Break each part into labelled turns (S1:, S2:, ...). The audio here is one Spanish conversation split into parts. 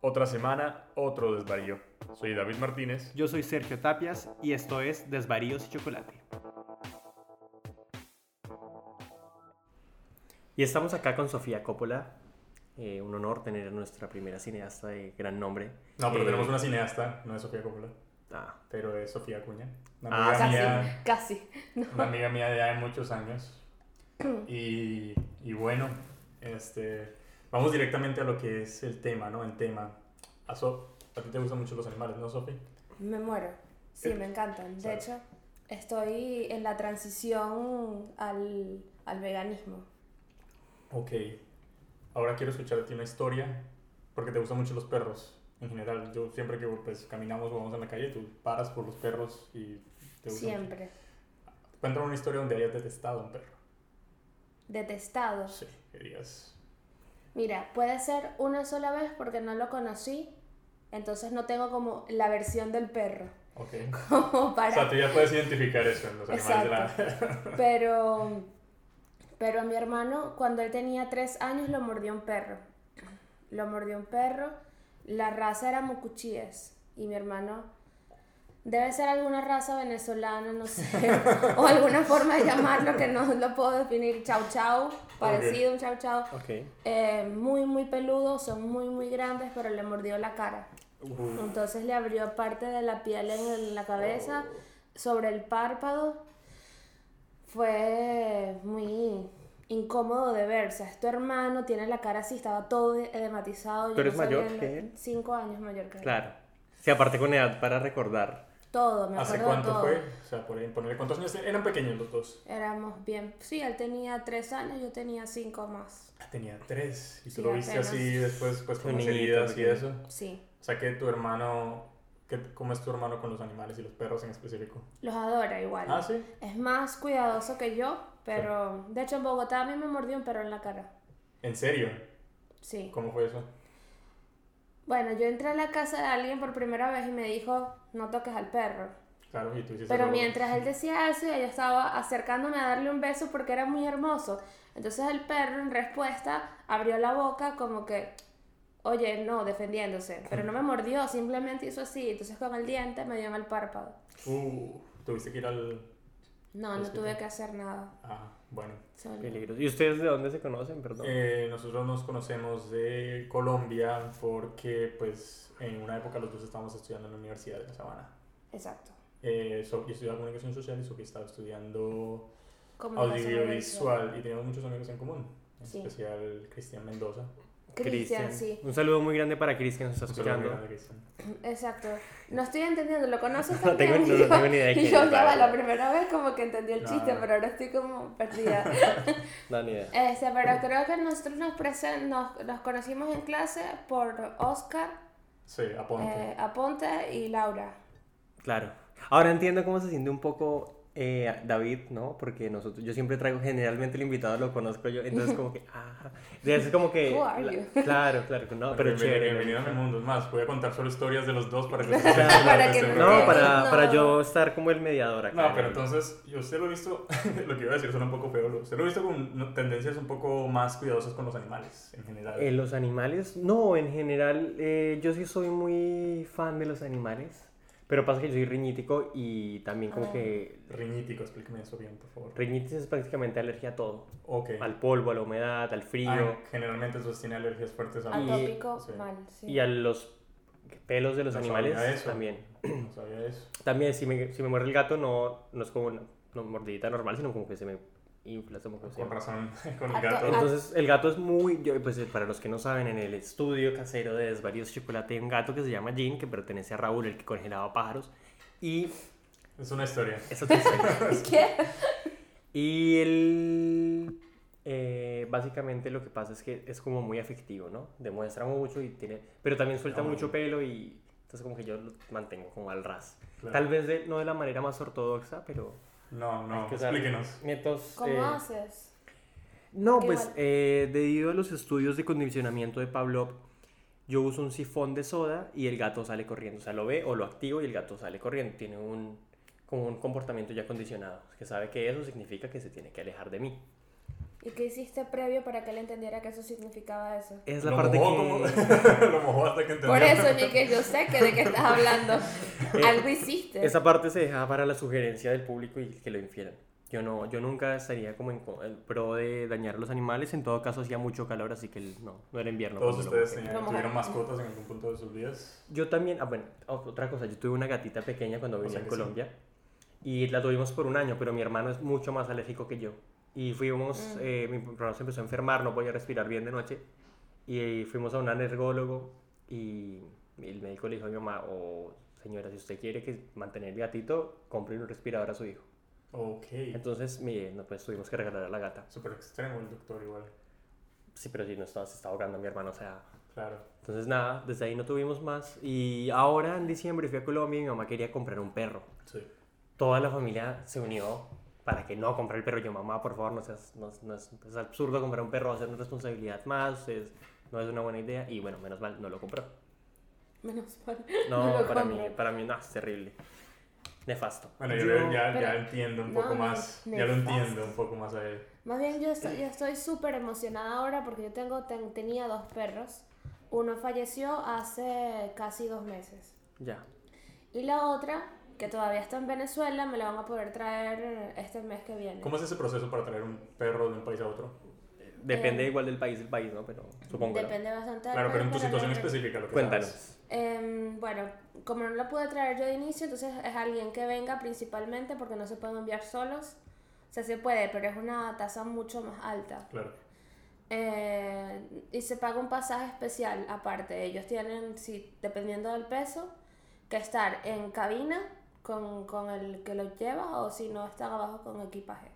S1: Otra semana, otro desvarío. Soy David Martínez.
S2: Yo soy Sergio Tapias y esto es Desvaríos y Chocolate.
S3: Y estamos acá con Sofía Coppola. Eh, un honor tener a nuestra primera cineasta de gran nombre.
S1: No, pero
S3: Eh,
S1: tenemos una cineasta, no es Sofía Coppola,
S3: ah,
S1: pero es Sofía Acuña.
S3: Ah,
S1: Una amiga
S3: sí.
S1: mía,
S4: Casi, casi. No.
S1: una amiga mía de ya de muchos años. Y, y bueno, este, vamos directamente a lo que es el tema, ¿no? El tema. A, So- a ti te gustan mucho los animales, ¿no, Sofi?
S4: Me muero. Sí,
S1: Eh,
S4: me encantan. De
S1: Claro.
S4: hecho, estoy en la transición al, al veganismo.
S1: Ok. Ahora quiero escuchar de ti una historia, porque te gustan mucho los perros. En general, yo siempre que pues, caminamos o vamos en la calle, tú paras por los perros y te gusta mucho.
S4: Siempre.
S1: Cuéntame una historia donde hayas detestado a un perro.
S4: Detestado.
S1: Sí, que digas.
S4: Mira, puede ser una sola vez porque no lo conocí. Entonces no tengo como la versión del perro.
S1: Ok.
S4: Como
S1: O
S4: para.
S1: sea, tú ya puedes identificar eso en los animales de la...
S4: Pero, pero a mi hermano, cuando él tenía tres años, lo mordió un perro. Lo mordió un perro. La raza era mucuchíes. Y mi hermano debe ser alguna raza venezolana, no sé. o alguna forma de llamarlo que no lo puedo definir. Chau chau, parecido a un chau chau.
S3: ok.
S4: Eh, muy, muy peludos, son muy, muy grandes, pero le mordió la cara. Entonces le abrió parte de la piel en, en la cabeza,
S3: Oh.
S4: sobre el párpado. Fue muy incómodo de ver. O sea, es tu hermano, tiene la cara así, estaba todo edematizado. yo
S3: ¿Tú eres
S4: no sabía
S3: mayor
S4: lo-
S3: que él?
S4: Cinco años mayor que él.
S3: Claro. Sí, aparte con edad para recordar.
S4: Todo, me
S1: ¿Hace
S4: acuerdo de
S1: cuánto
S4: todo.
S1: fue? O sea, por ahí, ponerle cuántos años eran pequeños los dos.
S4: Éramos bien. Sí, él tenía tres años, yo tenía cinco más.
S1: Ah, Tenía tres. Y tú
S4: Sí,
S1: lo viste
S4: apenas.
S1: así después, pues con las
S3: Bonito,
S1: heridas y
S3: pequeño.
S1: eso.
S4: Sí.
S1: O sea, que tu hermano... que- ¿Cómo es tu hermano con los animales y los perros en específico?
S4: Los adora igual.
S1: Ah, sí.
S4: Es más cuidadoso que yo, pero de hecho en Bogotá a mí me mordió un perro en la cara.
S1: ¿En serio?
S4: Sí.
S1: ¿Cómo fue eso?
S4: Bueno, yo entré a la casa de alguien por primera vez y me dijo, no toques al perro.
S1: Claro, y tú hiciste
S4: Pero
S1: algo-
S4: mientras él decía eso, ya yo estaba acercándome a darle un beso porque era muy hermoso. Entonces el perro en respuesta abrió la boca como que, oye, no, defendiéndose. Pero no me mordió, simplemente hizo así. Entonces con el diente me dio en el párpado.
S1: Uh, tuviste que ir al...
S4: No, no
S1: Pues, ¿qué
S4: tuve
S1: tal?
S4: que hacer nada.
S1: Ah, bueno.
S4: Solo.
S3: Peligros. ¿Y ustedes de dónde se conocen? Perdón.
S1: Eh, nosotros nos conocemos de Colombia porque pues en una época los dos estábamos estudiando en la Universidad de La Sabana.
S4: Exacto.
S1: Eh, so- yo estudiaba comunicación social y Sophie estaba estudiando
S4: Comunicación
S1: audiovisual y teníamos muchos amigos en común, en
S4: Sí.
S1: especial Cristian Mendoza.
S4: Cristian, sí.
S3: Un saludo muy grande para Cristian, nos está
S1: Un saludo muy
S3: escuchando.
S1: grande, Cristian.
S4: Exacto. No estoy entendiendo, ¿lo conoces
S3: No tengo-
S4: también?
S3: no,
S4: Y
S3: no
S4: yo-
S3: tengo ni idea de
S4: Y
S3: quién
S4: yo
S3: es, la
S4: ya va, la
S3: verdad.
S4: primera vez como que entendí el
S1: No.
S4: chiste, pero ahora estoy como perdida.
S3: No, ni idea.
S4: Este, pero creo que nosotros nos, presen- nos, nos conocimos en clase por Oscar,
S1: Sí, aponte.
S4: eh, Aponte y Laura.
S3: Claro. Ahora entiendo cómo se siente un poco eh, David, ¿no? Porque nosotros, yo siempre traigo generalmente el invitado, lo conozco yo, entonces como que, ah, es como que,
S4: Who are you?
S3: claro, claro, no, pero
S1: Bienvenido-
S3: chévere.
S1: Bienvenido a mi mundo. Es más, voy a contar solo historias de los dos para que se
S4: Para que
S1: no,
S3: No, para,
S4: No.
S3: para yo estar como el mediador acá.
S1: No, pero entonces, yo usted lo he visto, lo que iba a decir suena un poco feo, lo- usted lo he visto con no, tendencias un poco más cuidadosas con los animales en general.
S3: Eh, los animales, no, en general, eh, yo sí soy muy fan de los animales, pero pasa que yo soy riñítico y también como
S4: Ah.
S3: que
S1: Riñítico, explíqueme eso bien, por favor.
S3: riñitis es prácticamente alergia a todo,
S1: Ok.
S3: al polvo, a la humedad, al frío
S1: Ah, generalmente eso tiene alergias fuertes a
S3: Y-
S4: Atópico,
S1: sí.
S4: mal, sí.
S3: y a los pelos de los
S1: No sabía
S3: animales
S1: eso.
S3: también.
S1: No sabía eso.
S3: También si me, si me muerde el gato no, no es como una, una mordidita normal, sino como que se me infla, como que se
S1: Con razón, con el
S4: A to-
S1: gato.
S4: a-
S3: Entonces, el gato es muy. yo- pues, eh, para los que no saben, en el estudio casero de Desvaríos Chocolate hay un gato que se llama Jin, que pertenece a Raúl, el que congelaba pájaros. Y.
S1: Es una historia.
S3: Eso te enseña.
S4: ¿Qué?
S3: y él. eh, básicamente lo que pasa es que es como muy afectivo, ¿no? Demuestra mucho y tiene. Pero también suelta
S1: Ay.
S3: mucho pelo y. Entonces, como que yo lo mantengo como al ras.
S1: Claro.
S3: Tal vez de- no de la manera más ortodoxa, pero.
S1: No, no,
S3: hay que usar
S1: explíquenos.
S3: métodos,
S4: ¿Cómo
S3: eh,
S4: haces?
S3: No,
S4: Qué
S3: pues
S4: mal.
S3: eh, debido a los estudios de condicionamiento de Pavlov, yo uso un sifón de soda y el gato sale corriendo. O sea, lo ve o lo activo y el gato sale corriendo. Tiene un, como un comportamiento ya condicionado, que sabe que eso significa que se tiene que alejar de mí.
S4: ¿Y qué hiciste previo para que él entendiera que eso significaba eso?
S3: Es la
S1: Lo
S3: parte
S1: mojó
S3: que...
S1: como- lo mojó hasta que entendió.
S4: Por eso, Ñique, yo sé que de qué estás hablando.
S3: Eh,
S4: Algo hiciste.
S3: Esa parte se dejaba para la sugerencia del público y que lo infieran. Yo no, yo nunca estaría como en co- el pro de dañar a los animales. En todo caso hacía mucho calor, así que el- no, no era invierno.
S1: Todos
S3: cuando lo
S1: ustedes
S3: mojé.
S1: tenían-
S4: Lo mojó.
S1: tuvieron mascotas en algún punto de sus vidas.
S3: Yo también, ah, bueno, o- otra cosa, yo tuve una gatita pequeña cuando vivía
S1: sea
S3: en
S1: que sí.
S3: Colombia y la tuvimos por un año, pero mi hermano es mucho más alérgico que yo. Y fuimos, eh, mi hermano se empezó a enfermar, no podía respirar bien de noche y eh, fuimos a un alergólogo y el médico le dijo a mi mamá, oh, señora, si usted quiere que mantener el gatito, compre un respirador a su hijo.
S1: Ok.
S3: Entonces, mi, no, pues tuvimos que regalar a la gata.
S1: Súper extremo el doctor igual.
S3: Sí, pero si no estaba, se estaba ahogando mi hermano, o sea,
S1: Claro.
S3: Entonces nada, desde ahí no tuvimos más. Y ahora en diciembre fui a Colombia y mi mamá quería comprar un perro.
S1: Sí.
S3: Toda la familia se unió para que no comprar el perro. Yo, mamá, por favor, no seas, no, no es, es absurdo comprar un perro, va a ser una responsabilidad más, es- no es una buena idea. Y bueno, menos mal, no lo compró.
S4: Menos mal.
S3: No,
S4: lo
S3: para mí,
S4: compré.
S3: para mí, no, es terrible. Nefasto.
S1: Bueno, yo,
S4: Yo-
S1: ya, ya
S4: pero-
S1: entiendo un
S4: no,
S1: poco
S4: no,
S1: más. Ya lo
S4: nefasto.
S1: entiendo un poco más a él.
S4: Más bien yo
S1: Eh.
S4: estoy, yo estoy súper emocionada ahora porque yo tengo, ten- tenía dos perros. Uno falleció hace casi dos meses.
S3: Ya.
S4: Y la otra, que todavía está en Venezuela, me la van a poder traer este mes que viene.
S1: ¿Cómo es ese proceso para traer un perro de un país a otro?
S3: Depende igual del país, del país, ¿no? Pero supongo. ¿no?
S4: Eh, Depende bastante del
S1: Claro, pero en tu
S4: país,
S1: situación
S4: no-
S1: específica, lo que sabes.
S3: Cuéntanos.
S4: Em, bueno, como no lo pude traer yo de inicio, entonces es alguien que venga principalmente porque no se pueden enviar solos. O sea, se puede, pero es una tasa mucho más alta.
S1: Claro.
S4: Eh, y se paga un pasaje especial aparte. Ellos tienen, si, dependiendo del peso, que estar en cabina con, con el que lo lleva o si no están abajo con equipaje.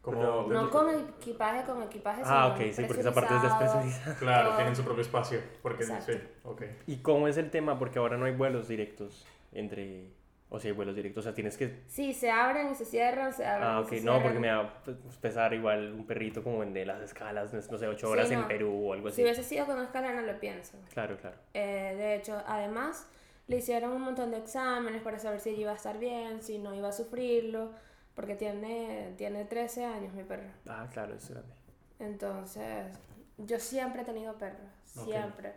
S1: Como
S3: Pero-
S1: desde-
S4: No con equipaje, con equipaje.
S3: Ah,
S4: sino
S3: ok, sí, porque esa parte es
S4: presurizado.
S3: despresurizada.
S1: Claro,
S4: No.
S1: tienen su propio espacio. Porque
S4: Exacto.
S1: sí, ok.
S3: ¿Y cómo es el tema? Porque ahora no hay vuelos directos entre... O sea, hay vuelos directos, o sea, tienes que...
S4: Sí, se abren y se cierran, se abren.
S3: Ah,
S4: y
S3: ok,
S4: se
S3: no, porque
S4: cierran.
S3: me va a pesar igual un perrito como en de las escalas, no es- no sé, ocho horas
S4: Sí,
S3: en
S4: no.
S3: Perú o algo
S4: Si
S3: así.
S4: hubiese sido con escala no lo pienso.
S3: Claro, claro.
S4: Eh, de hecho, además, le hicieron un montón de exámenes para saber si ella iba a estar bien, si no iba a sufrirlo, porque tiene, tiene 13 años mi perro.
S3: Ah, claro, eso grande.
S4: Entonces, yo siempre he tenido perros,
S1: Ok.
S4: siempre.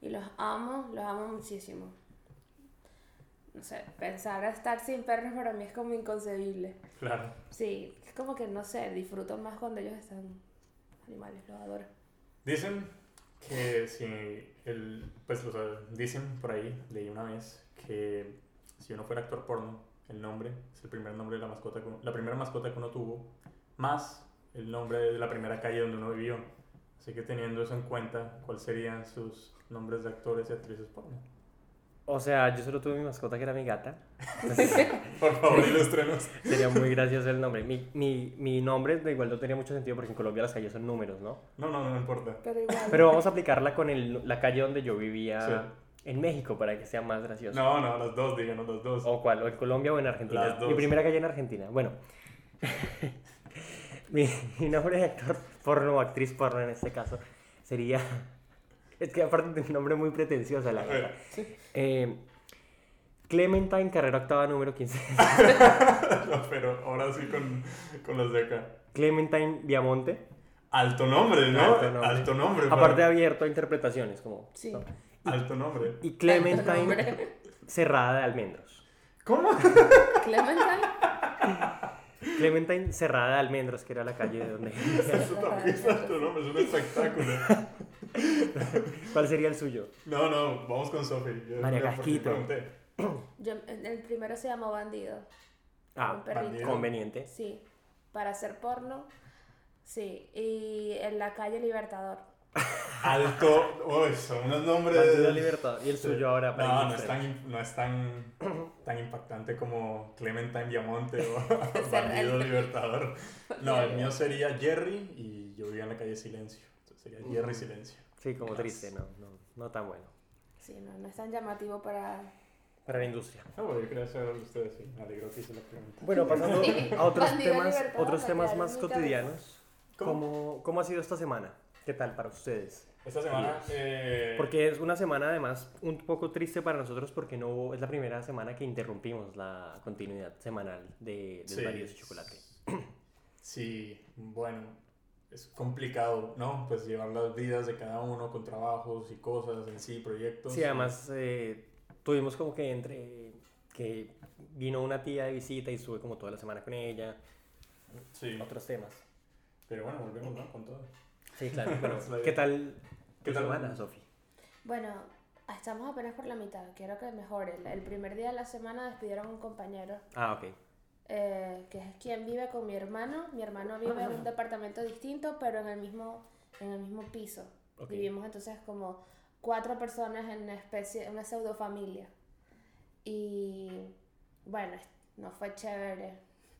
S4: Y los amo, los amo muchísimo. No sé, pensar estar sin perros para mí es como inconcebible.
S1: Claro.
S4: Sí, es como que no sé, disfruto más cuando ellos están animales, los adoro.
S1: Dicen que si el, pues o sea, dicen por ahí, leí una vez, que si uno fuera actor porno, el nombre es el primer nombre de la mascota, que uno- la primera mascota que uno tuvo, más el nombre de la primera calle donde uno vivió. Así que teniendo eso en cuenta, ¿cuáles serían sus nombres de actores y actrices porno?
S3: O sea, yo solo tuve mi mascota que era mi gata.
S1: Por favor, ilústrenos.
S3: Sería muy gracioso el nombre. Mi, mi, mi nombre de igual no tenía mucho sentido porque en Colombia las calles son números, ¿no?
S1: No, no, no, no importa.
S4: Pero igual.
S3: Pero vamos a aplicarla con el, la calle donde yo vivía
S1: Sí.
S3: en México para que sea más gracioso.
S1: No, no, las dos, díganos las dos.
S3: ¿O cuál? ¿O en Colombia o en Argentina?
S1: Las dos.
S3: Mi primera calle en Argentina. Bueno, mi, mi nombre de actor porno o actriz porno en este caso sería. Es que aparte tiene un nombre muy pretencioso, la
S1: A
S3: verdad.
S1: ver,
S3: Eh, Clementine, carrera octava número 15.
S1: no, pero ahora sí con, con las de acá.
S3: Clementine Diamonte.
S1: Alto nombre, ¿no?
S3: Alto nombre.
S1: Alto nombre.
S3: Aparte,
S1: para-
S3: abierto a interpretaciones, como.
S4: Sí.
S3: ¿no?
S1: Alto nombre.
S3: Y Clementine, cerrada de almendros.
S1: ¿Cómo?
S4: Clementine.
S3: Clementine, cerrada de almendros, que era la calle de donde.
S1: Eso también es alto nombre, es un espectáculo.
S3: ¿Cuál sería el suyo?
S1: No, no, vamos con Sofi. Yo-
S3: María
S1: yo- porque
S3: Casquito.
S1: pregunté.
S4: Yo- el primero se llamó Bandido.
S3: Ah,
S4: Un perrito.
S3: conveniente.
S4: Sí, para hacer porno. Sí, y en la calle Libertador.
S1: Alto. Uy, son unos nombres.
S3: Bandido Libertad. Y el suyo ahora para
S1: Eh, No, no es,
S3: ilustrar.
S1: tan, no es tan, tan impactante como Clementine Diamante o
S4: Es
S1: Bandido
S4: real.
S1: Libertador. No, el mío sería Jerry y yo vivía en la calle Silencio. Entonces sería Jerry Silencio.
S3: Sí, como triste, no, no, no tan bueno.
S4: Sí, no, no es tan llamativo para...
S3: Para la industria.
S1: Ah, bueno, yo quería saber de ustedes, sí. Me alegro que hice la pregunta.
S3: Bueno, pasando a otros
S4: Bandido
S3: temas,
S4: Libertador,
S3: otros
S4: la
S3: temas
S4: crearon
S3: más
S4: muy
S3: cotidianos.
S1: ¿Cómo?
S3: ¿Cómo, ¿Cómo ha sido esta semana? ¿Qué tal para ustedes?
S1: Esta semana. Eh,
S3: Porque es una semana además un poco triste para nosotros porque no hubo, es la primera semana que interrumpimos la continuidad semanal de, de
S1: Sí.
S3: Varios y Chocolate.
S1: Sí, bueno, es complicado, ¿no? Pues llevar las vidas de cada uno con trabajos y cosas en sí, proyectos.
S3: Sí, además eh, tuvimos como que entre que vino una tía de visita y estuve como toda la semana con ella,
S1: Sí,
S3: otros temas.
S1: pero bueno, volvemos, ¿no? Con todo.
S3: Sí, claro. Bueno,
S1: Es la idea.
S3: ¿qué tal
S1: ¿Qué
S3: tu
S1: tal?
S3: semana, Sofi?
S4: Bueno, estamos apenas por la mitad. Quiero que mejore. El- El primer día de la semana despidieron a un compañero
S3: Ah, ok.
S4: eh, que es quien vive con mi hermano. Mi hermano vive en un departamento distinto, pero en el mismo, en el mismo piso.
S3: Ok.
S4: Vivimos entonces como cuatro personas en una especie, una pseudo familia. Y bueno, no fue chévere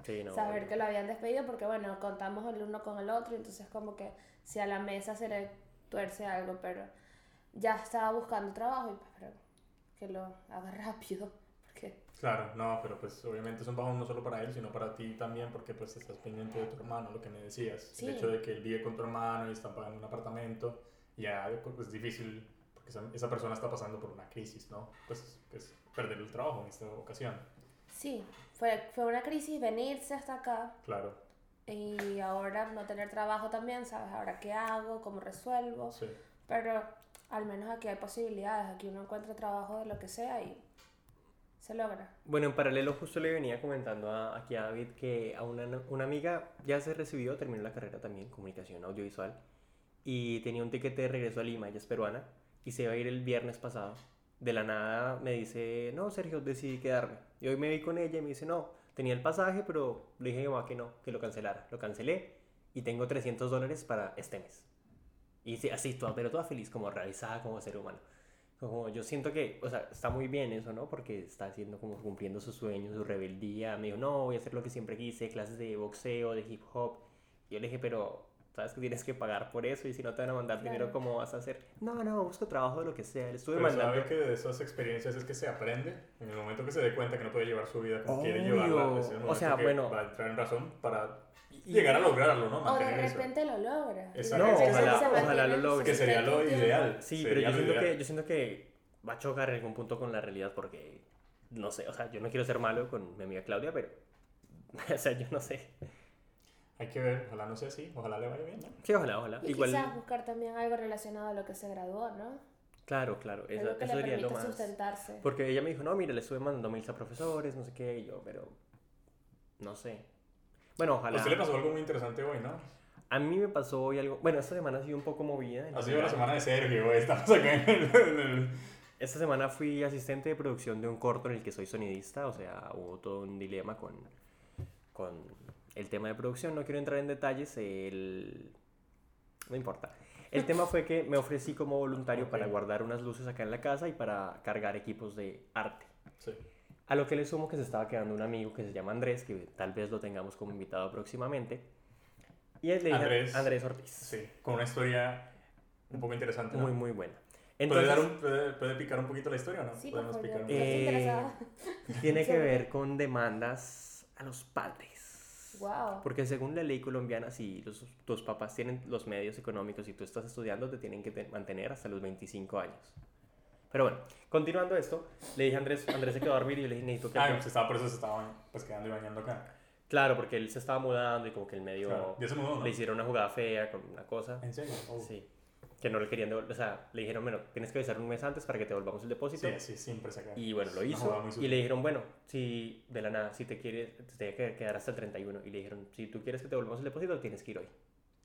S3: Sí, no.
S4: saber
S3: bueno.
S4: que lo habían despedido porque bueno, contamos el uno con el otro, entonces como que si a la mesa se le tuerce algo, pero ya estaba buscando trabajo y pues, pero que lo haga rápido, porque
S1: Claro, no, pero pues obviamente es un bajón no solo para él, sino para ti también, porque pues estás pendiente de tu hermano, lo que me decías.
S4: Sí.
S1: El hecho de que él vive con tu hermano y están pagando un apartamento, ya pues, es difícil, porque esa, esa persona está pasando por una crisis, ¿no? Pues es perder el trabajo en esta ocasión,
S4: sí, fue, fue una crisis venirse hasta acá
S1: claro.
S4: y ahora no tener trabajo también, ¿sabes? Ahora qué hago, cómo resuelvo,
S1: Sí.
S4: pero al menos aquí hay posibilidades, aquí uno encuentra trabajo de lo que sea y se logra.
S3: Bueno, en paralelo justo le venía comentando a- aquí a David que a una, una amiga ya se recibió, terminó la carrera también, comunicación audiovisual, y tenía un tiquete de regreso a Lima, ella es peruana, y se iba a ir el viernes pasado. De la nada me dice, no, Sergio, decidí quedarme. Y hoy me vi con ella y me dice, no, tenía el pasaje, pero le dije a mi mamá que no, que lo cancelara. Lo cancelé y tengo 300 dólares para este mes. Y sí, así, toda, pero toda feliz, como realizada como ser humano. Como yo siento que, o sea, está muy bien eso, ¿no? Porque está haciendo como cumpliendo sus sueños, su rebeldía. Me dijo, no, voy a hacer lo que siempre quise, clases de boxeo, de hip hop. Y yo le dije, pero, ¿sabes que tienes que pagar por eso? Y si no te van a mandar
S4: Claro.
S3: dinero, ¿cómo vas a hacer? No, no, busco trabajo de lo que sea. Le estuve
S1: Pero
S3: mandando.
S1: sabe que de esas experiencias es que se aprende en el momento que se dé cuenta que no puede llevar su vida como quiere
S3: Obvio.
S1: llevarla. Es el
S3: O
S1: momento
S3: sea,
S1: que
S3: bueno.
S1: Va a entrar en razón para
S3: Y-
S1: llegar a lograrlo, ¿no?
S4: O de
S1: Mantener eso.
S4: repente pues, lo logra. y de
S1: Exacto. No,
S4: repente
S1: ojalá-
S4: se mantiene
S3: ojalá lo
S4: en su
S3: logre.
S1: Que sería lo
S4: sustento.
S1: ideal.
S3: Sí,
S1: sería
S3: pero yo
S1: lo
S3: siento,
S1: ideal.
S3: que, yo siento que va a chocar en algún punto con la realidad porque, no sé, o sea, yo no quiero ser malo con mi amiga Claudia, pero, o sea, yo no sé.
S1: Hay que ver, ojalá no sea así, ojalá le vaya bien, ¿no?
S3: Sí, ojalá, ojalá.
S4: Y
S3: Igual,
S4: quizás buscar también algo relacionado a lo que se graduó, ¿no?
S3: claro, claro, eso,
S4: algo que
S3: eso
S4: le
S3: sería
S4: permita
S3: lo más.
S4: sustentarse.
S3: Porque ella me dijo, no, mira, le estuve mandando mails a profesores, no sé qué, y yo, pero, no sé. Bueno,
S1: A
S3: ojalá.
S1: usted le pasó algo muy interesante hoy, ¿no?
S3: A mí me pasó hoy algo, bueno, esta semana ha sido un poco movida. en
S1: Ha sido la
S3: general.
S1: semana de Sergio, güey, estamos acá en el... en el-
S3: Esta semana fui asistente de producción de un corto en el que soy sonidista, o sea, hubo todo un dilema con, con el tema de producción. No quiero entrar en detalles, el... no importa. El tema fue que me ofrecí como voluntario para
S1: Ok.
S3: guardar unas luces acá en la casa y para cargar equipos de arte.
S1: Sí.
S3: A lo que le sumo que se estaba quedando un amigo que se llama Andrés, que tal vez lo tengamos como invitado próximamente. Y él le dije
S1: Andrés.
S3: Andrés Ortiz.
S1: sí, con una historia un poco interesante, ¿no?
S3: Muy, muy buena.
S1: ¿Puede,
S3: Entonces,
S1: dar un- puede- puede picar un poquito la historia o no?
S4: Sí, por
S1: Podemos
S4: favor.
S1: picar un-
S4: yo estoy
S3: Eh,
S4: interesada.
S3: tiene que
S4: Chévere.
S3: ver con demandas a los padres.
S4: Wow.
S3: Porque según la ley colombiana, si los, tus papás tienen los medios económicos y tú estás estudiando, te tienen que te- mantener hasta los 25 años. Pero bueno, continuando esto, le dije a Andrés, Andrés se quedó a dormir y yo le dije, necesito que...
S1: Ah, pues estaba, por eso se estaba bañ- pues, quedando y bañando acá.
S3: Claro, porque él se estaba mudando y como que el medio
S1: Claro. Ya se mudó, ¿no?
S3: le hicieron una jugada fea con una cosa.
S1: ¿En serio? Oh. Sí,
S3: Sí. Que no le querían devolver, o sea, le dijeron, bueno, tienes que avisar un mes antes para que te devolvamos el depósito.
S1: sí, siempre se acá.
S3: Y bueno, lo
S1: Una jugada
S3: hizo.
S1: muy
S3: Y
S1: sucia.
S3: le dijeron, bueno, si de la nada, si te quieres, te tienes que quedar hasta el 31. Y le dijeron, si tú quieres que te volvamos el depósito, tienes que ir hoy.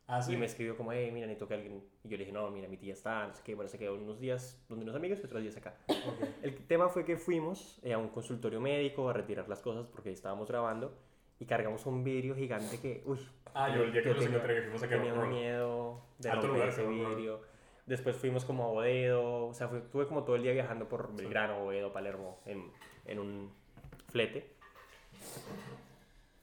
S1: Ah, sí.
S3: Y me escribió como, hey, mira, necesito que alguien... Y yo le dije, no, mira, mi tía está, no sé qué. Bueno, se quedó unos días donde unos amigos y otros días acá.
S1: Ok.
S3: El tema fue que fuimos eh, a un consultorio médico a retirar las cosas porque estábamos grabando y cargamos un vidrio gigante que, uy.
S1: Ah, yo el día que los
S3: tenía-
S1: encontré que fuimos a
S3: Tenía un
S1: quedar
S3: miedo de
S1: Alto
S3: romper
S1: lugar,
S3: ese
S1: cabrón, bro.
S3: vidrio. Después fuimos como a Boedo, o sea, fue- estuve como todo el día viajando por Belgrano, Boedo, Palermo, en, en un flete.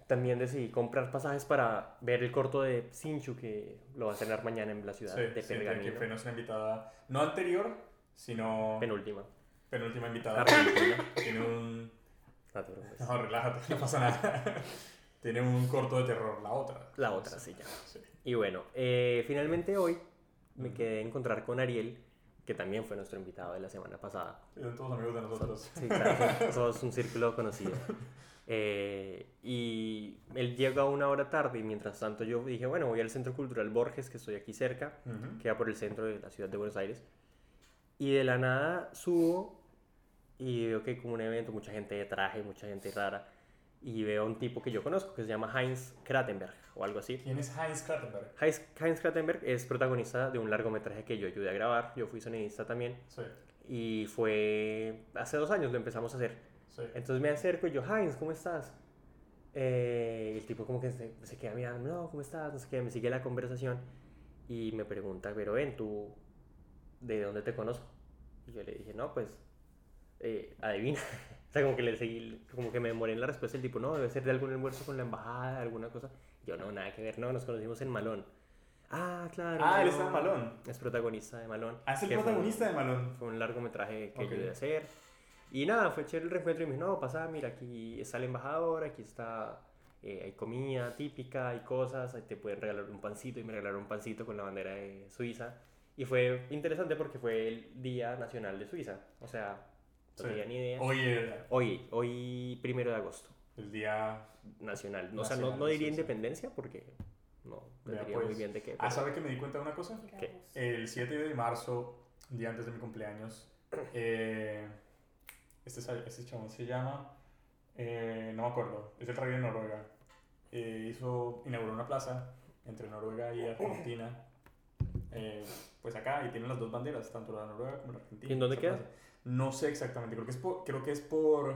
S3: También decidí comprar pasajes para ver el corto de Sinchu que lo va a cenar mañana en la ciudad de
S1: Sí, sí, que
S3: Pergamino,
S1: fue nuestra invitada, no anterior, sino
S3: penúltima.
S1: penúltima
S3: Ah,
S1: invitada. Tiene un...
S3: No te preocupes.
S1: No, relájate, no pasa nada. Tiene un corto de terror, la otra.
S3: La otra, sí, ya.
S1: Sí.
S3: Y bueno, eh, finalmente hoy me quedé a encontrar con Ariel que también fue nuestro invitado de la semana pasada.
S1: Eran todos amigos de nosotros.
S3: Sí, claro, todos un círculo conocido. Eh, y él llega una hora tarde y mientras tanto yo dije, bueno, voy al Centro Cultural Borges, que estoy aquí cerca,
S1: Ujú.
S3: queda por el centro de la ciudad de Buenos Aires. Y de la nada subo y veo que hay como un evento, mucha gente de traje, mucha gente rara. Y veo a un tipo que yo conozco, que se llama Heinz Kratenberg o algo así.
S1: ¿Quién es Heinz Krattenberg?
S3: Heinz, Heinz Kratenberg es protagonista de un largometraje que yo ayudé a grabar, yo fui sonidista también.
S1: Sí,
S3: Y fue hace dos años lo empezamos a hacer.
S1: sí.
S3: Entonces me acerco y yo, Heinz, ¿cómo estás? Eh, y el tipo como que se, se queda mirando, no, ¿cómo estás? No sé qué, me sigue la conversación y me pregunta, pero ven, ¿tú de dónde te conozco? Y yo le dije, no, pues, eh, adivina. o sea, como que le seguí, como que me demoré en la respuesta el tipo, no, debe ser de algún almuerzo con la embajada, alguna cosa. Yo, no, nada que ver, no, nos conocimos en Malón. Ah, claro.
S1: Ah, él está en Malón.
S3: Es protagonista de Malón.
S1: Ah, es el
S3: que fue-
S1: protagonista de Malón.
S3: fue un largometraje que
S1: Ok.
S3: yo ayudé a hacer. Y nada, fue chévere el reencuentro y me dijo, no, pasa, mira, aquí está el embajador, aquí está, eh, hay comida típica, hay cosas, ahí te pueden regalar un pancito y me regalaron un pancito con la bandera de Suiza. Y fue interesante porque fue el Día Nacional de Suiza, o sea,
S1: Sí.
S3: no tenía ni idea.
S1: Hoy era
S3: Hoy, hoy primero de agosto,
S1: el día.
S3: nacional. O sea,
S1: Nacional
S3: no, no
S1: de
S3: diría
S1: Suiza.
S3: independencia porque no
S1: Vea,
S3: tendría muy
S1: pues.
S3: bien de qué.
S1: Ah,
S3: pero-
S1: ¿sabe que me di cuenta de una cosa?
S3: ¿Qué?
S1: El 7 de marzo, día antes de mi cumpleaños, eh, este, sal- este chabón se llama, eh, no me acuerdo, es el rey de Noruega. Eh, hizo, inauguró una plaza entre Noruega y Argentina, eh, pues acá, y tienen las dos banderas, tanto la de Noruega como la argentina.
S3: ¿Y en dónde
S1: esa
S3: queda?
S1: plaza. No sé exactamente, creo que es por, creo que es por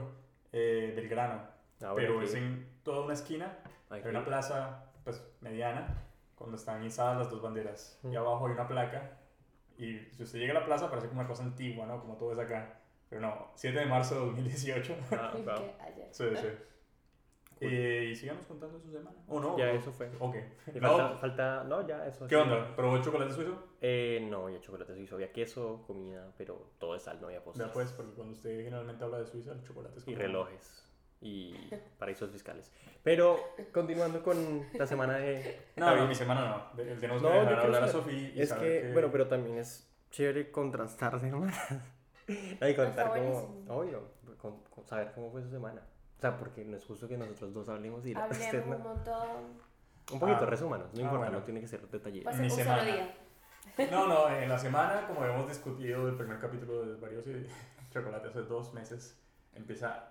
S1: eh, Belgrano,
S3: Ahora
S1: pero
S3: que-
S1: es en toda una esquina
S3: hay que-
S1: hay una plaza, pues, mediana, donde están izadas las dos banderas. Y
S3: Mm.
S1: abajo hay una placa. Y si usted llega a la plaza, parece como una cosa antigua, ¿no? Como todo es acá. Pero no, 7 de marzo de 2018.
S3: Ah,
S4: Y
S3: wow.
S4: que ayer.
S1: sí, sí.
S3: Cool.
S1: Eh, y sigamos contando su semana. ¿O no?
S3: Ya
S1: ¿O-
S3: eso fue.
S1: Ok.
S3: Y
S1: No,
S3: falta, falta- no, ya, eso
S1: ¿Qué
S3: sí.
S1: onda? ¿Probó chocolate suizo?
S3: Eh, no había chocolate suizo, había queso, comida, pero todo es sal, no había postres.
S1: Ya pues, porque cuando usted generalmente habla de Suiza, el chocolate es
S3: Y
S1: como-
S3: relojes y paraísos fiscales. Pero continuando con la semana de
S1: No, no, mi semana no. De- Tenemos que
S3: Ah, No, yo
S1: dejar
S3: creo
S1: hablar a
S3: que-
S1: Sofía y
S3: es
S1: saber
S3: que, bueno, pero también es chévere contrastarse, hermano. Hay que
S4: Está
S3: contar cómo,
S4: buenísimo.
S3: obvio, con- con saber cómo fue su semana. O sea, porque no es justo que nosotros dos hablemos y la usted
S4: Hablemos un
S3: no.
S4: montón.
S3: Un poquito,
S1: Ah.
S3: resúmanos, no
S1: Ah,
S3: importa,
S1: bueno.
S3: no tiene que ser detallado.
S4: Pues
S1: Mi
S4: un
S1: semana.
S4: solo día.
S1: No, no, en la semana, como hemos discutido el primer capítulo de Varios y Chocolate hace dos meses, empieza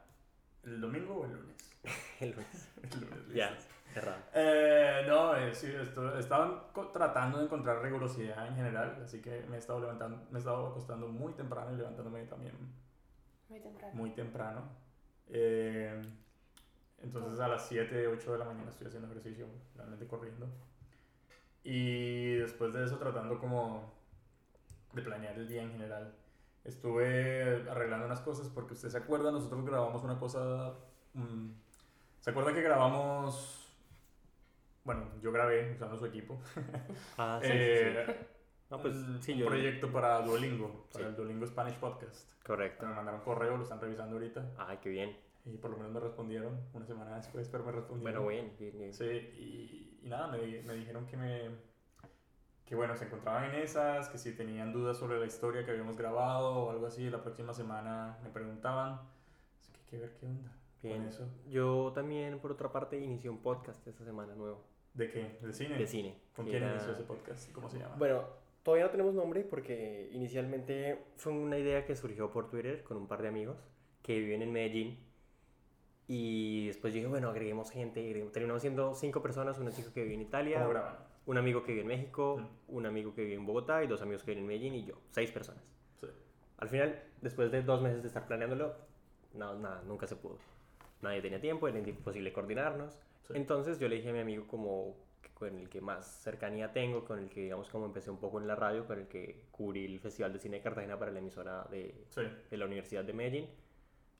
S1: el domingo o el lunes.
S3: El lunes.
S1: El lunes,
S3: Ya,
S1: listo.
S3: cerrado.
S1: Eh, no, eh, sí, esto- estaban co- tratando de encontrar rigurosidad en general, así que me he estado levantando, me he estado acostando muy temprano y levantándome también
S4: Muy temprano.
S1: muy temprano. Eh, entonces a las 7, 8 de la mañana estoy haciendo ejercicio, realmente corriendo. Y después de eso tratando como de planear el día en general. Estuve arreglando unas cosas porque usted se acuerda, nosotros grabamos una cosa... mm, ¿Se acuerda que grabamos... Bueno, yo grabé usando su equipo.
S3: Ah, sí, sí, sí.
S1: eh,
S3: No, pues
S1: un,
S3: sí,
S1: un
S3: yo.
S1: proyecto para Duolingo, para
S3: Sí.
S1: el Duolingo Spanish Podcast.
S3: Correcto.
S1: Me mandaron correo, lo están revisando ahorita.
S3: Ay, qué bien.
S1: Y por lo menos me respondieron una semana después, pero me respondieron.
S3: Bueno, bien, bien, bien.
S1: Sí, y, y nada, me, di- me dijeron que me. Que bueno, se encontraban en esas, que si tenían dudas sobre la historia que habíamos grabado o algo así, la próxima semana me preguntaban. Así que hay que ver qué onda
S3: Bien.
S1: con eso.
S3: Yo también, por otra parte, inicié un podcast esta semana nuevo
S1: ¿De qué? ¿De cine?
S3: de cine.
S1: ¿Con
S3: que
S1: quién
S3: era-
S1: inició ese podcast? ¿Cómo se llama?
S3: Bueno, todavía no tenemos nombre porque inicialmente fue una idea que surgió por Twitter con un par de amigos que viven en Medellín. Y después dije, bueno, agreguemos gente. agreguemos- Terminamos siendo cinco personas, un chico que vive en Italia,
S1: ¿Cómo graban?
S3: un amigo que vive en México, un amigo que vive en Bogotá y dos amigos que viven en Medellín y yo. Seis personas.
S1: Sí.
S3: Al final, después de dos meses de estar planeándolo, no, nada, nunca se pudo. Nadie tenía tiempo, era imposible coordinarnos.
S1: Sí.
S3: Entonces yo le dije a mi amigo como que con el que más cercanía tengo, con el que digamos como empecé un poco en la radio, con el que cubrí el Festival de Cine de Cartagena para la emisora de,
S1: Sí.
S3: de la Universidad de Medellín.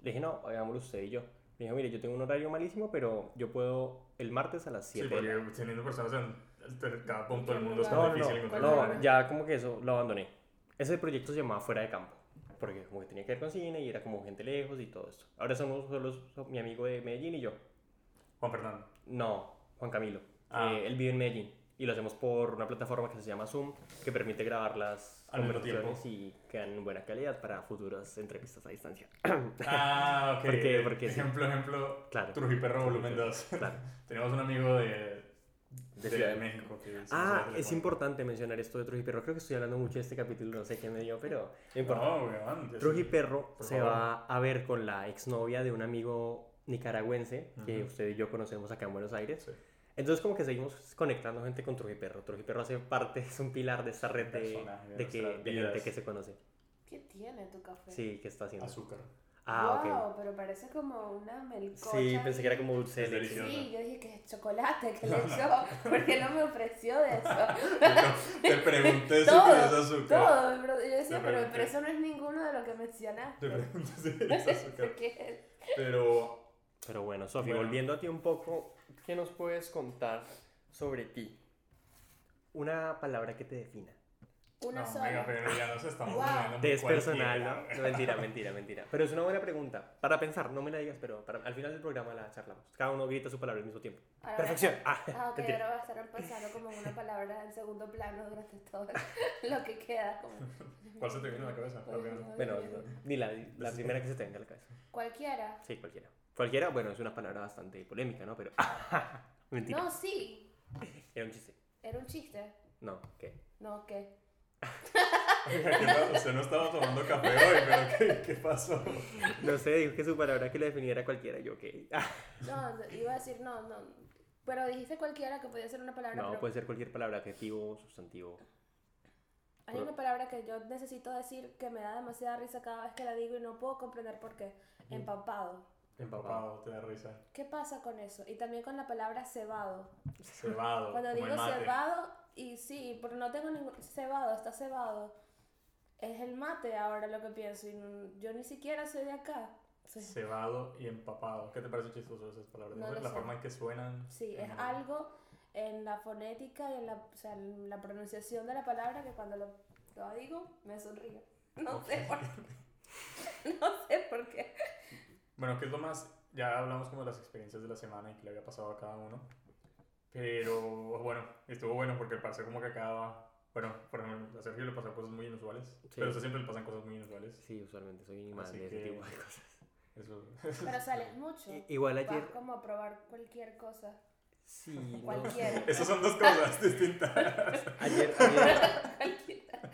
S3: Le dije, no, hagámoslo usted y yo. Le dije, mire, yo tengo un horario malísimo, pero yo puedo el martes a las
S1: Sí,
S3: 7 de la
S1: porque teniendo personas en, en cada punto del mundo es
S4: No,
S1: tan
S3: no,
S1: difícil
S3: no,
S1: encontrar
S4: no,
S1: lugares.
S3: no, ya como que eso lo abandoné. Ese proyecto se llamaba Fuera de Campo, porque como que tenía que ver con cine y era como gente lejos y todo esto. Ahora somos solo so- mi amigo de Medellín y yo.
S1: Juan Fernando.
S3: No, Juan Camilo.
S1: Ah.
S3: Eh, él vive en Medellín. y lo hacemos por una plataforma que se llama Zoom, que permite grabar las
S1: Al mismo
S3: conversaciones y quedan en buena calidad para futuras entrevistas a distancia.
S1: Ah, ok.
S3: ¿Por qué? ¿Por qué?
S1: Ejemplo, ejemplo,
S3: Claro.
S1: Trujiperro Volumen 2.
S3: Claro.
S1: Tenemos un amigo de,
S3: De
S1: de
S3: Ciudad de
S1: México. que se nos
S3: Ah,
S1: hace la
S3: es
S1: cuenta.
S3: importante mencionar esto de Trujiperro. Creo que estoy hablando mucho de este capítulo, no sé qué me dio, pero no importa.
S1: No, weón. ya sé.
S3: Trujiperro
S1: Por
S3: se
S1: favor.
S3: va a ver con la exnovia de un amigo nicaragüense que
S1: Ujú.
S3: usted y yo conocemos acá en Buenos Aires.
S1: Sí.
S3: Entonces como que seguimos conectando gente con Trujiperro. Trujiperro hace parte, es un pilar de esta red de,
S1: Personaje de
S3: de que,
S1: nuestras
S3: de gente
S1: vidas.
S3: que se conoce.
S4: ¿Qué tiene tu café?
S3: Sí, que está haciendo.
S1: Azúcar.
S3: Ah,
S4: wow,
S3: ok.
S4: pero parece como una melcocha.
S3: Sí, pensé que era como dulce de
S1: Es
S3: leche.
S1: delicioso.
S4: Sí, yo dije que es chocolate, que le echó, porque no me ofreció de eso.
S1: Te pregunté si
S4: Todo,
S1: querías azúcar.
S4: Todo, pero yo decía,
S1: Me
S4: pero,
S1: pregunté.
S4: pero eso no es ninguno de lo que mencionaste.
S1: Te pregunté si
S4: No
S1: querías
S4: sé
S1: azúcar.
S4: por qué.
S1: Pero
S3: Pero bueno, Sofi,
S1: Bueno.
S3: volviendo a ti un poco, ¿qué nos puedes contar sobre ti? Una palabra que te defina.
S4: Una
S1: no,
S4: sola.
S1: venga, pero ya nos estamos
S4: Wow.
S1: poniendo muy
S3: Te es personal,
S1: cualquiera.
S3: ¿no? No, Mentira, mentira, mentira. Pero es una buena pregunta. Para pensar, no me la digas, pero para- al final del programa la charlamos. Cada uno grita su palabra al mismo tiempo.
S4: Ahora-
S3: Perfección. Ah,
S4: Ah, ok,
S3: mentira.
S4: ahora va a estar pensando como en una palabra en segundo plano durante todo lo que queda. Como...
S1: ¿Cuál
S4: Pues,
S1: se te vino a la cabeza?
S4: Oye,
S1: Rápido.
S4: oye,
S3: Bueno,
S4: oye.
S3: ni la, la primera que se te venga a la cabeza.
S4: Cualquiera.
S3: Sí, cualquiera. Cualquiera, bueno, es una palabra bastante polémica, ¿no? Pero. mentira.
S4: No, sí.
S3: Era un chiste.
S4: Era un chiste.
S3: No, ¿qué?
S4: No, ¿qué?
S1: Oiga, ¿qué tal? Usted no estaba tomando café hoy, pero ¿qué, qué pasó?
S3: No sé, dijo que su palabra que lo definiera cualquiera. Yo, Ah, ¿qué?
S4: No, iba a decir no, no. Pero dijiste cualquiera que podía ser una palabra.
S3: No, pues,
S4: pero
S3: puede ser cualquier palabra, adjetivo, sustantivo.
S4: Hay una palabra que yo necesito decir que me da demasiada risa cada vez que la digo y no puedo comprender por qué. Empapado.
S1: Empapado, te da risa.
S4: ¿Qué pasa con eso? Y también con la palabra cebado.
S1: Cebado.
S4: Cuando
S1: como el
S4: digo
S1: mate.
S4: cebado, y sí, porque no tengo ningún... Cebado, está cebado. Es el mate ahora lo que pienso. Y no- yo ni siquiera soy de acá. Soy-
S1: Cebado y empapado. ¿Qué te parece chistoso esas palabras?
S4: No
S1: No,
S4: lo
S1: la
S4: sé.
S1: forma en que suenan.
S4: Sí, es
S1: Ajá.
S4: algo en la fonética y en la, o sea, en la pronunciación de la palabra que cuando lo, lo digo me sonrío. No sé por qué. No sé por qué.
S1: Bueno, ¿qué es lo más? Ya hablamos como de las experiencias de la semana y que le había pasado a cada uno. Pero bueno, estuvo bueno porque parece como que acaba. Bueno, por ejemplo, a Sergio le pasan cosas muy inusuales. Pero a usted siempre le pasan cosas muy inusuales.
S3: Sí, usualmente soy un imán
S1: Así
S3: de ese
S1: que-
S3: tipo de cosas.
S1: Eso.
S4: Pero sales mucho.
S3: I- Igual ayer.
S4: Vas como a probar cualquier cosa.
S3: Sí, no sé.
S4: Cualquiera.
S1: Esas son dos cosas distintas.
S3: Ayer, ayer,
S4: Cualquiera.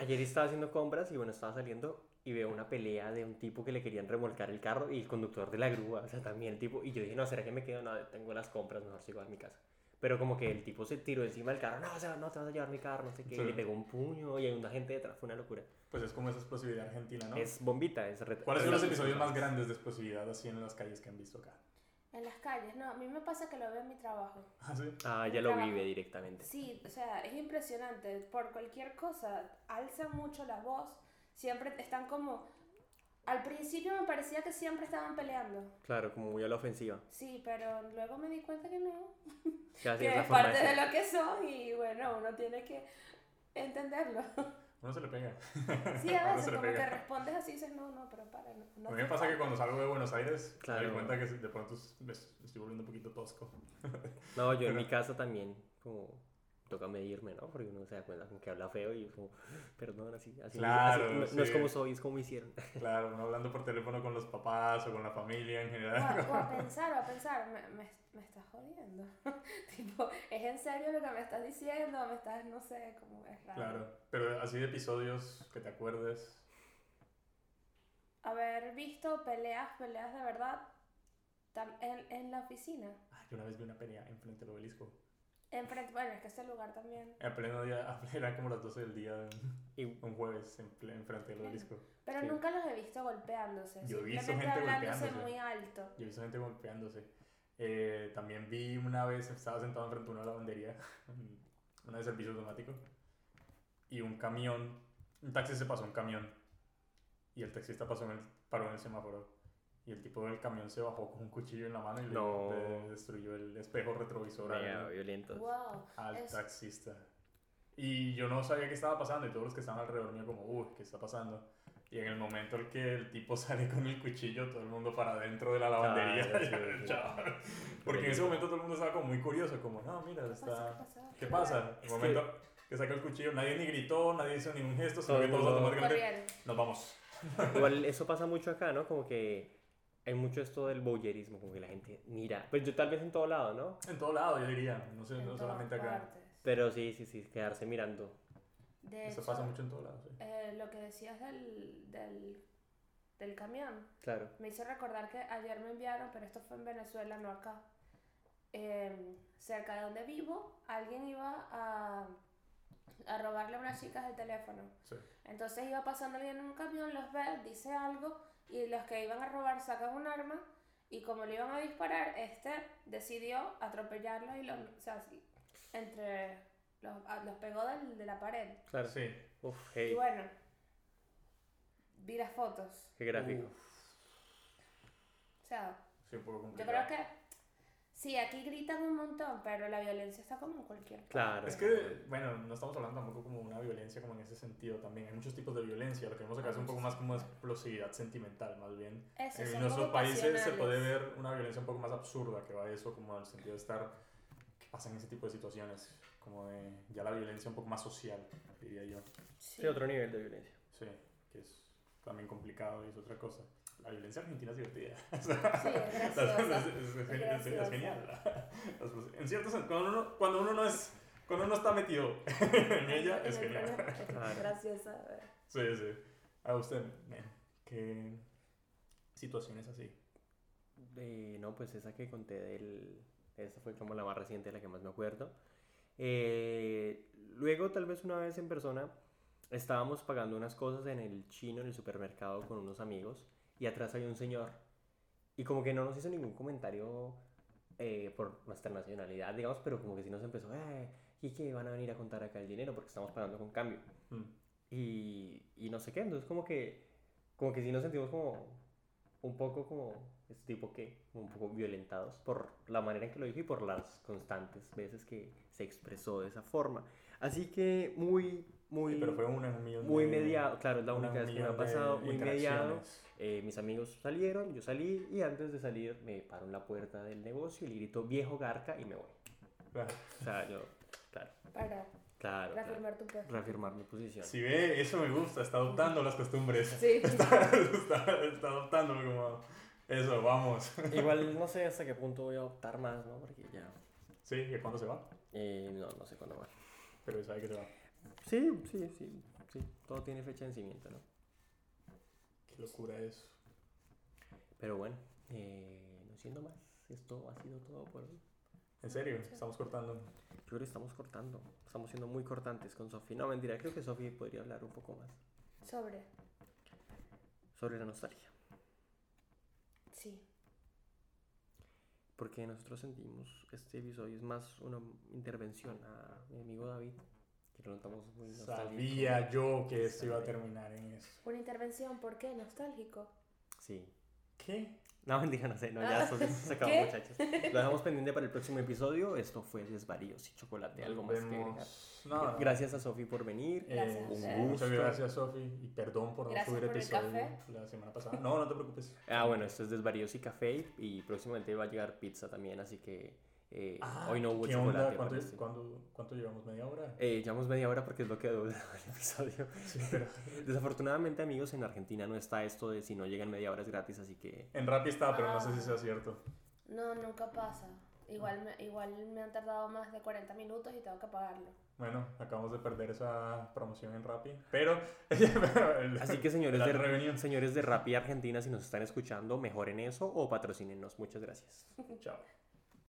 S3: ayer estaba haciendo compras y bueno, estaba saliendo y veo una pelea de un tipo que le querían remolcar el carro y el conductor de la grúa, o sea, también el tipo. Y yo dije, no, ¿será que me quedo? No, tengo las compras, mejor sigo a mi casa. Pero como que el tipo se tiró encima del carro, no, o sea, no te vas a llevar mi carro, no sé qué, y
S1: Sí.
S3: le pegó un puño y hay una gente detrás, fue una locura.
S1: Pues es como esa explosividad argentina, ¿no?
S3: Es bombita, es red.
S1: ¿Cuáles son los episodios más grandes de explosividad así en las calles que han visto acá?
S4: En las calles. No, a mí me pasa que lo veo en mi trabajo.
S1: Ah, sí.
S3: Ah, ya lo vive directamente.
S4: Sí, o sea, es impresionante. Por cualquier cosa, alzan mucho la voz. Siempre están como... Al principio me parecía que siempre estaban peleando.
S3: Claro, como muy a la ofensiva.
S4: Sí, pero luego me di cuenta que no.
S3: Casi es
S4: que
S3: la
S4: es
S3: forma de
S4: parte de
S3: ser.
S4: lo que son y bueno, uno tiene que entenderlo.
S1: Uno se le pega.
S4: Sí, a
S1: Uno
S4: veces
S1: se le
S4: como que
S1: pega.
S4: respondes así y dices, no, no, pero para, no. no
S1: A mí me
S4: te
S1: pasa que
S4: paro".
S1: cuando salgo de Buenos Aires, me
S3: Claro.
S1: doy cuenta que de pronto me estoy volviendo un poquito tosco.
S3: No, yo
S1: Pero-
S3: en mi casa también, como, toca medirme, ¿no? Porque uno se da cuenta con que habla feo y es como, "Ah, perdón, así, así, me-
S1: Claro,
S3: así- no, no es
S1: sí.
S3: como soy, es como me hicieron.
S1: Claro, uno hablando por teléfono con los papás o con la familia en
S4: O a,
S1: general.
S4: o a pensar, o a pensar, me, me, me estás jodiendo. tipo, ¿es en serio lo que me estás diciendo? Me estás, no sé, como es raro.
S1: Claro, pero así de episodios que te acuerdes.
S4: Haber visto peleas, peleas de verdad tam- en, en la oficina.
S1: Ay, yo una vez vi una pelea enfrente del obelisco.
S4: Enfrente, bueno, es que ese lugar también.
S1: En pleno día, era como las 12 del día,
S3: Y
S1: un jueves, en ple- enfrente del obelisco.
S4: Pero
S3: Sí.
S4: nunca los he visto golpeándose.
S1: Yo he visto
S4: simplemente
S1: gente
S4: hablándose
S1: golpeándose.
S4: muy alto.
S1: Yo he visto gente golpeándose. Eh, también vi una vez, estaba sentado enfrente de una lavandería, una de servicio automático, y un camión, un taxi se pasó un camión, y el taxista pasó en el, paró en el semáforo, y el tipo del camión se bajó con un cuchillo en la mano y le-
S3: No.
S1: le, destruyó el espejo retrovisor
S3: mega
S1: al,
S3: violentos.
S4: Wow.
S1: al
S4: es-
S1: taxista. Y yo no sabía qué estaba pasando, y todos los que estaban alrededor mío como, uy, ¿qué está pasando? Y en el momento en que el tipo sale con el cuchillo, todo el mundo para adentro de la lavandería.
S3: Ah, sí, sí, sí.
S1: Chao. Porque en ese momento todo el mundo estaba como muy curioso, como, no, mira, está... ¿Qué pasa? En el
S3: Es
S1: momento que saca el cuchillo, nadie ni gritó, nadie hizo ningún gesto, sino
S3: Todo
S1: que
S3: el
S1: todos
S3: mundo-
S1: automáticamente...
S4: Corrieron.
S1: Nos vamos.
S3: Igual eso pasa mucho acá, ¿no? Como que hay mucho esto del boyerismo, como que la gente mira. Pues yo tal vez en todo lado, ¿no?
S1: En todo lado, yo diría, no, sé,
S4: En
S1: no
S4: todas
S1: solamente acá.
S4: partes.
S3: Pero sí, sí, sí, quedarse mirando.
S4: De
S1: Eso
S4: hecho,
S1: pasa mucho en todo lado, sí.
S4: eh, lo que decías del, del, del camión
S3: Claro.
S4: me hizo recordar que ayer me enviaron, pero esto fue en Venezuela, no acá. eh, cerca de donde vivo, alguien iba a, a robarle a unas chicas el teléfono.
S1: sí.
S4: Entonces iba pasando alguien en un camión, los ve, dice algo y los que iban a robar sacan un arma y como le iban a disparar, este decidió atropellarlos y los, o sea, sí, entre los, a- los pegó del- de la pared.
S3: Claro.
S1: Sí.
S3: Uf,
S4: Y
S3: hey,
S4: bueno, vi las fotos.
S3: qué gráfico.
S1: Uh.
S4: O sea,
S1: Sí, un poco
S4: yo
S1: complicado.
S4: creo que sí, aquí gritan un montón, pero la violencia está como en cualquier parte.
S3: Claro.
S1: Es que, bueno, no estamos hablando tampoco como una violencia como en ese sentido también. Hay muchos tipos de violencia. Lo que vemos acá es un poco más como explosividad sentimental, más bien.
S4: Eso,
S1: en
S4: son
S1: nuestros
S4: como
S1: países se
S4: pasionales.
S1: puede ver una violencia un poco más absurda que va a eso, como en el sentido de estar, que pasan ese tipo de situaciones, como de ya la violencia un poco más social, diría yo.
S3: Sí, otro nivel de violencia.
S1: Sí, que es también complicado y es otra cosa. La violencia argentina es divertida.
S4: Sí, es graciosa.
S1: Es- es- es- es- es- es
S4: gracioso.
S1: genial. En cierto sentido, cuando uno, cuando uno no es, cuando uno está metido en ella, es
S4: En el
S1: genial.
S4: camión, es
S3: Claro.
S4: graciosa. a ver.
S1: Sí, sí. A usted, men, ¿qué situaciones así?
S3: Eh, no, pues esa que conté del... Esa fue como la más reciente, la que más me acuerdo. Eh, luego, tal vez una vez en persona, estábamos pagando unas cosas en el chino, en el supermercado, con unos amigos, y atrás había un señor. Y como que no nos hizo ningún comentario eh, por nuestra nacionalidad, digamos, pero como que sí nos empezó, "Eh, ¿y qué van a venir a contar acá el dinero? Porque estamos pagando con cambio.
S1: Mm.
S3: y, y no sé qué. Entonces, como que, como que sí nos sentimos como un poco como, este tipo que, como un poco violentados por la manera en que lo dijo y por las constantes veces que se expresó de esa forma. Así que muy, muy,
S1: Sí, pero fue una en un millón
S3: muy
S1: de-
S3: mediado, claro, es la
S1: una
S3: única
S1: en un
S3: vez que me ha
S1: millón de
S3: pasado, muy mediado.
S1: interacciones.
S3: Eh, mis amigos salieron, yo salí y antes de salir me paro en la puerta del negocio y le grito viejo garca y me voy.
S1: Claro.
S3: O sea, yo, claro,
S4: Para
S3: claro. claro.
S4: reafirmar tu peso.
S3: Reafirmar mi posición.
S1: Si ve, eso me gusta, está adoptando las costumbres.
S4: Sí.
S1: Está, está, está adoptándolo como... Eso, vamos.
S3: Igual no sé hasta qué punto voy a optar más, ¿no? Porque ya.
S1: Sí, ¿y cuándo se va?
S3: eh, no, no sé cuándo va.
S1: Pero sabe que se va.
S3: Sí, sí, sí, sí. Todo tiene fecha de vencimiento, ¿no?
S1: Qué locura eso.
S3: Pero bueno, eh, no siendo más, esto ha sido todo por hoy.
S1: En serio, estamos cortando.
S3: Yo creo que estamos cortando. Estamos siendo muy cortantes con Sofi. No, mentira, creo que Sofi podría hablar un poco más
S4: Sobre.
S3: sobre la nostalgia.
S4: Sí.
S3: Porque nosotros sentimos este episodio es más una intervención a mi amigo David, que lo notamos muy
S1: pues,
S3: nostálgico.
S1: Sabía yo que esto iba a terminar en eso.
S4: Una intervención, ¿por qué? Nostálgico.
S3: Sí.
S1: ¿Qué?
S3: No, mentira, no sé, no, ya esto se- se acabó,
S4: ¿Qué?
S3: muchachos. Lo dejamos pendiente para el próximo episodio. Esto fue Desvaríos y Chocolate, algo más que agregar.
S1: Vemos. No, no.
S3: Gracias a Sofi por venir.
S1: Eh,
S4: Gracias a
S1: un
S4: ustedes.
S1: gusto. Muchas
S3: gusto.
S1: gracias, Sofi. Y perdón por no
S4: Gracias
S1: subir
S4: por el
S1: episodio
S4: café.
S1: la semana pasada. No, no te preocupes.
S3: Ah, bueno, esto es Desvaríos y Café y próximamente va a llegar pizza también, así que eh,
S1: Ah,
S3: hoy no hubo
S1: ¿Qué
S3: chocolate.
S1: onda? ¿Cuánto,
S3: pero sí.
S1: cuándo- cuánto llevamos? ¿Media hora?
S3: Eh, llevamos media hora porque es lo que duró el episodio.
S1: Sí, pero
S3: Desafortunadamente, amigos, en Argentina no está esto de si no llegan media hora es gratis, así que
S1: en Rappi está, pero no sé
S4: Ah.
S1: si sea cierto.
S4: No, nunca pasa. Igual me, igual me han tardado más de 40 minutos y tengo que pagarlo.
S1: Bueno, acabamos de perder esa promoción en Rappi, pero... el-
S3: Así que señores
S1: la
S3: de,
S1: reunión.
S3: señores de Rappi Argentina, si nos están escuchando, mejoren eso o patrocínenos. Muchas gracias.
S1: Chao.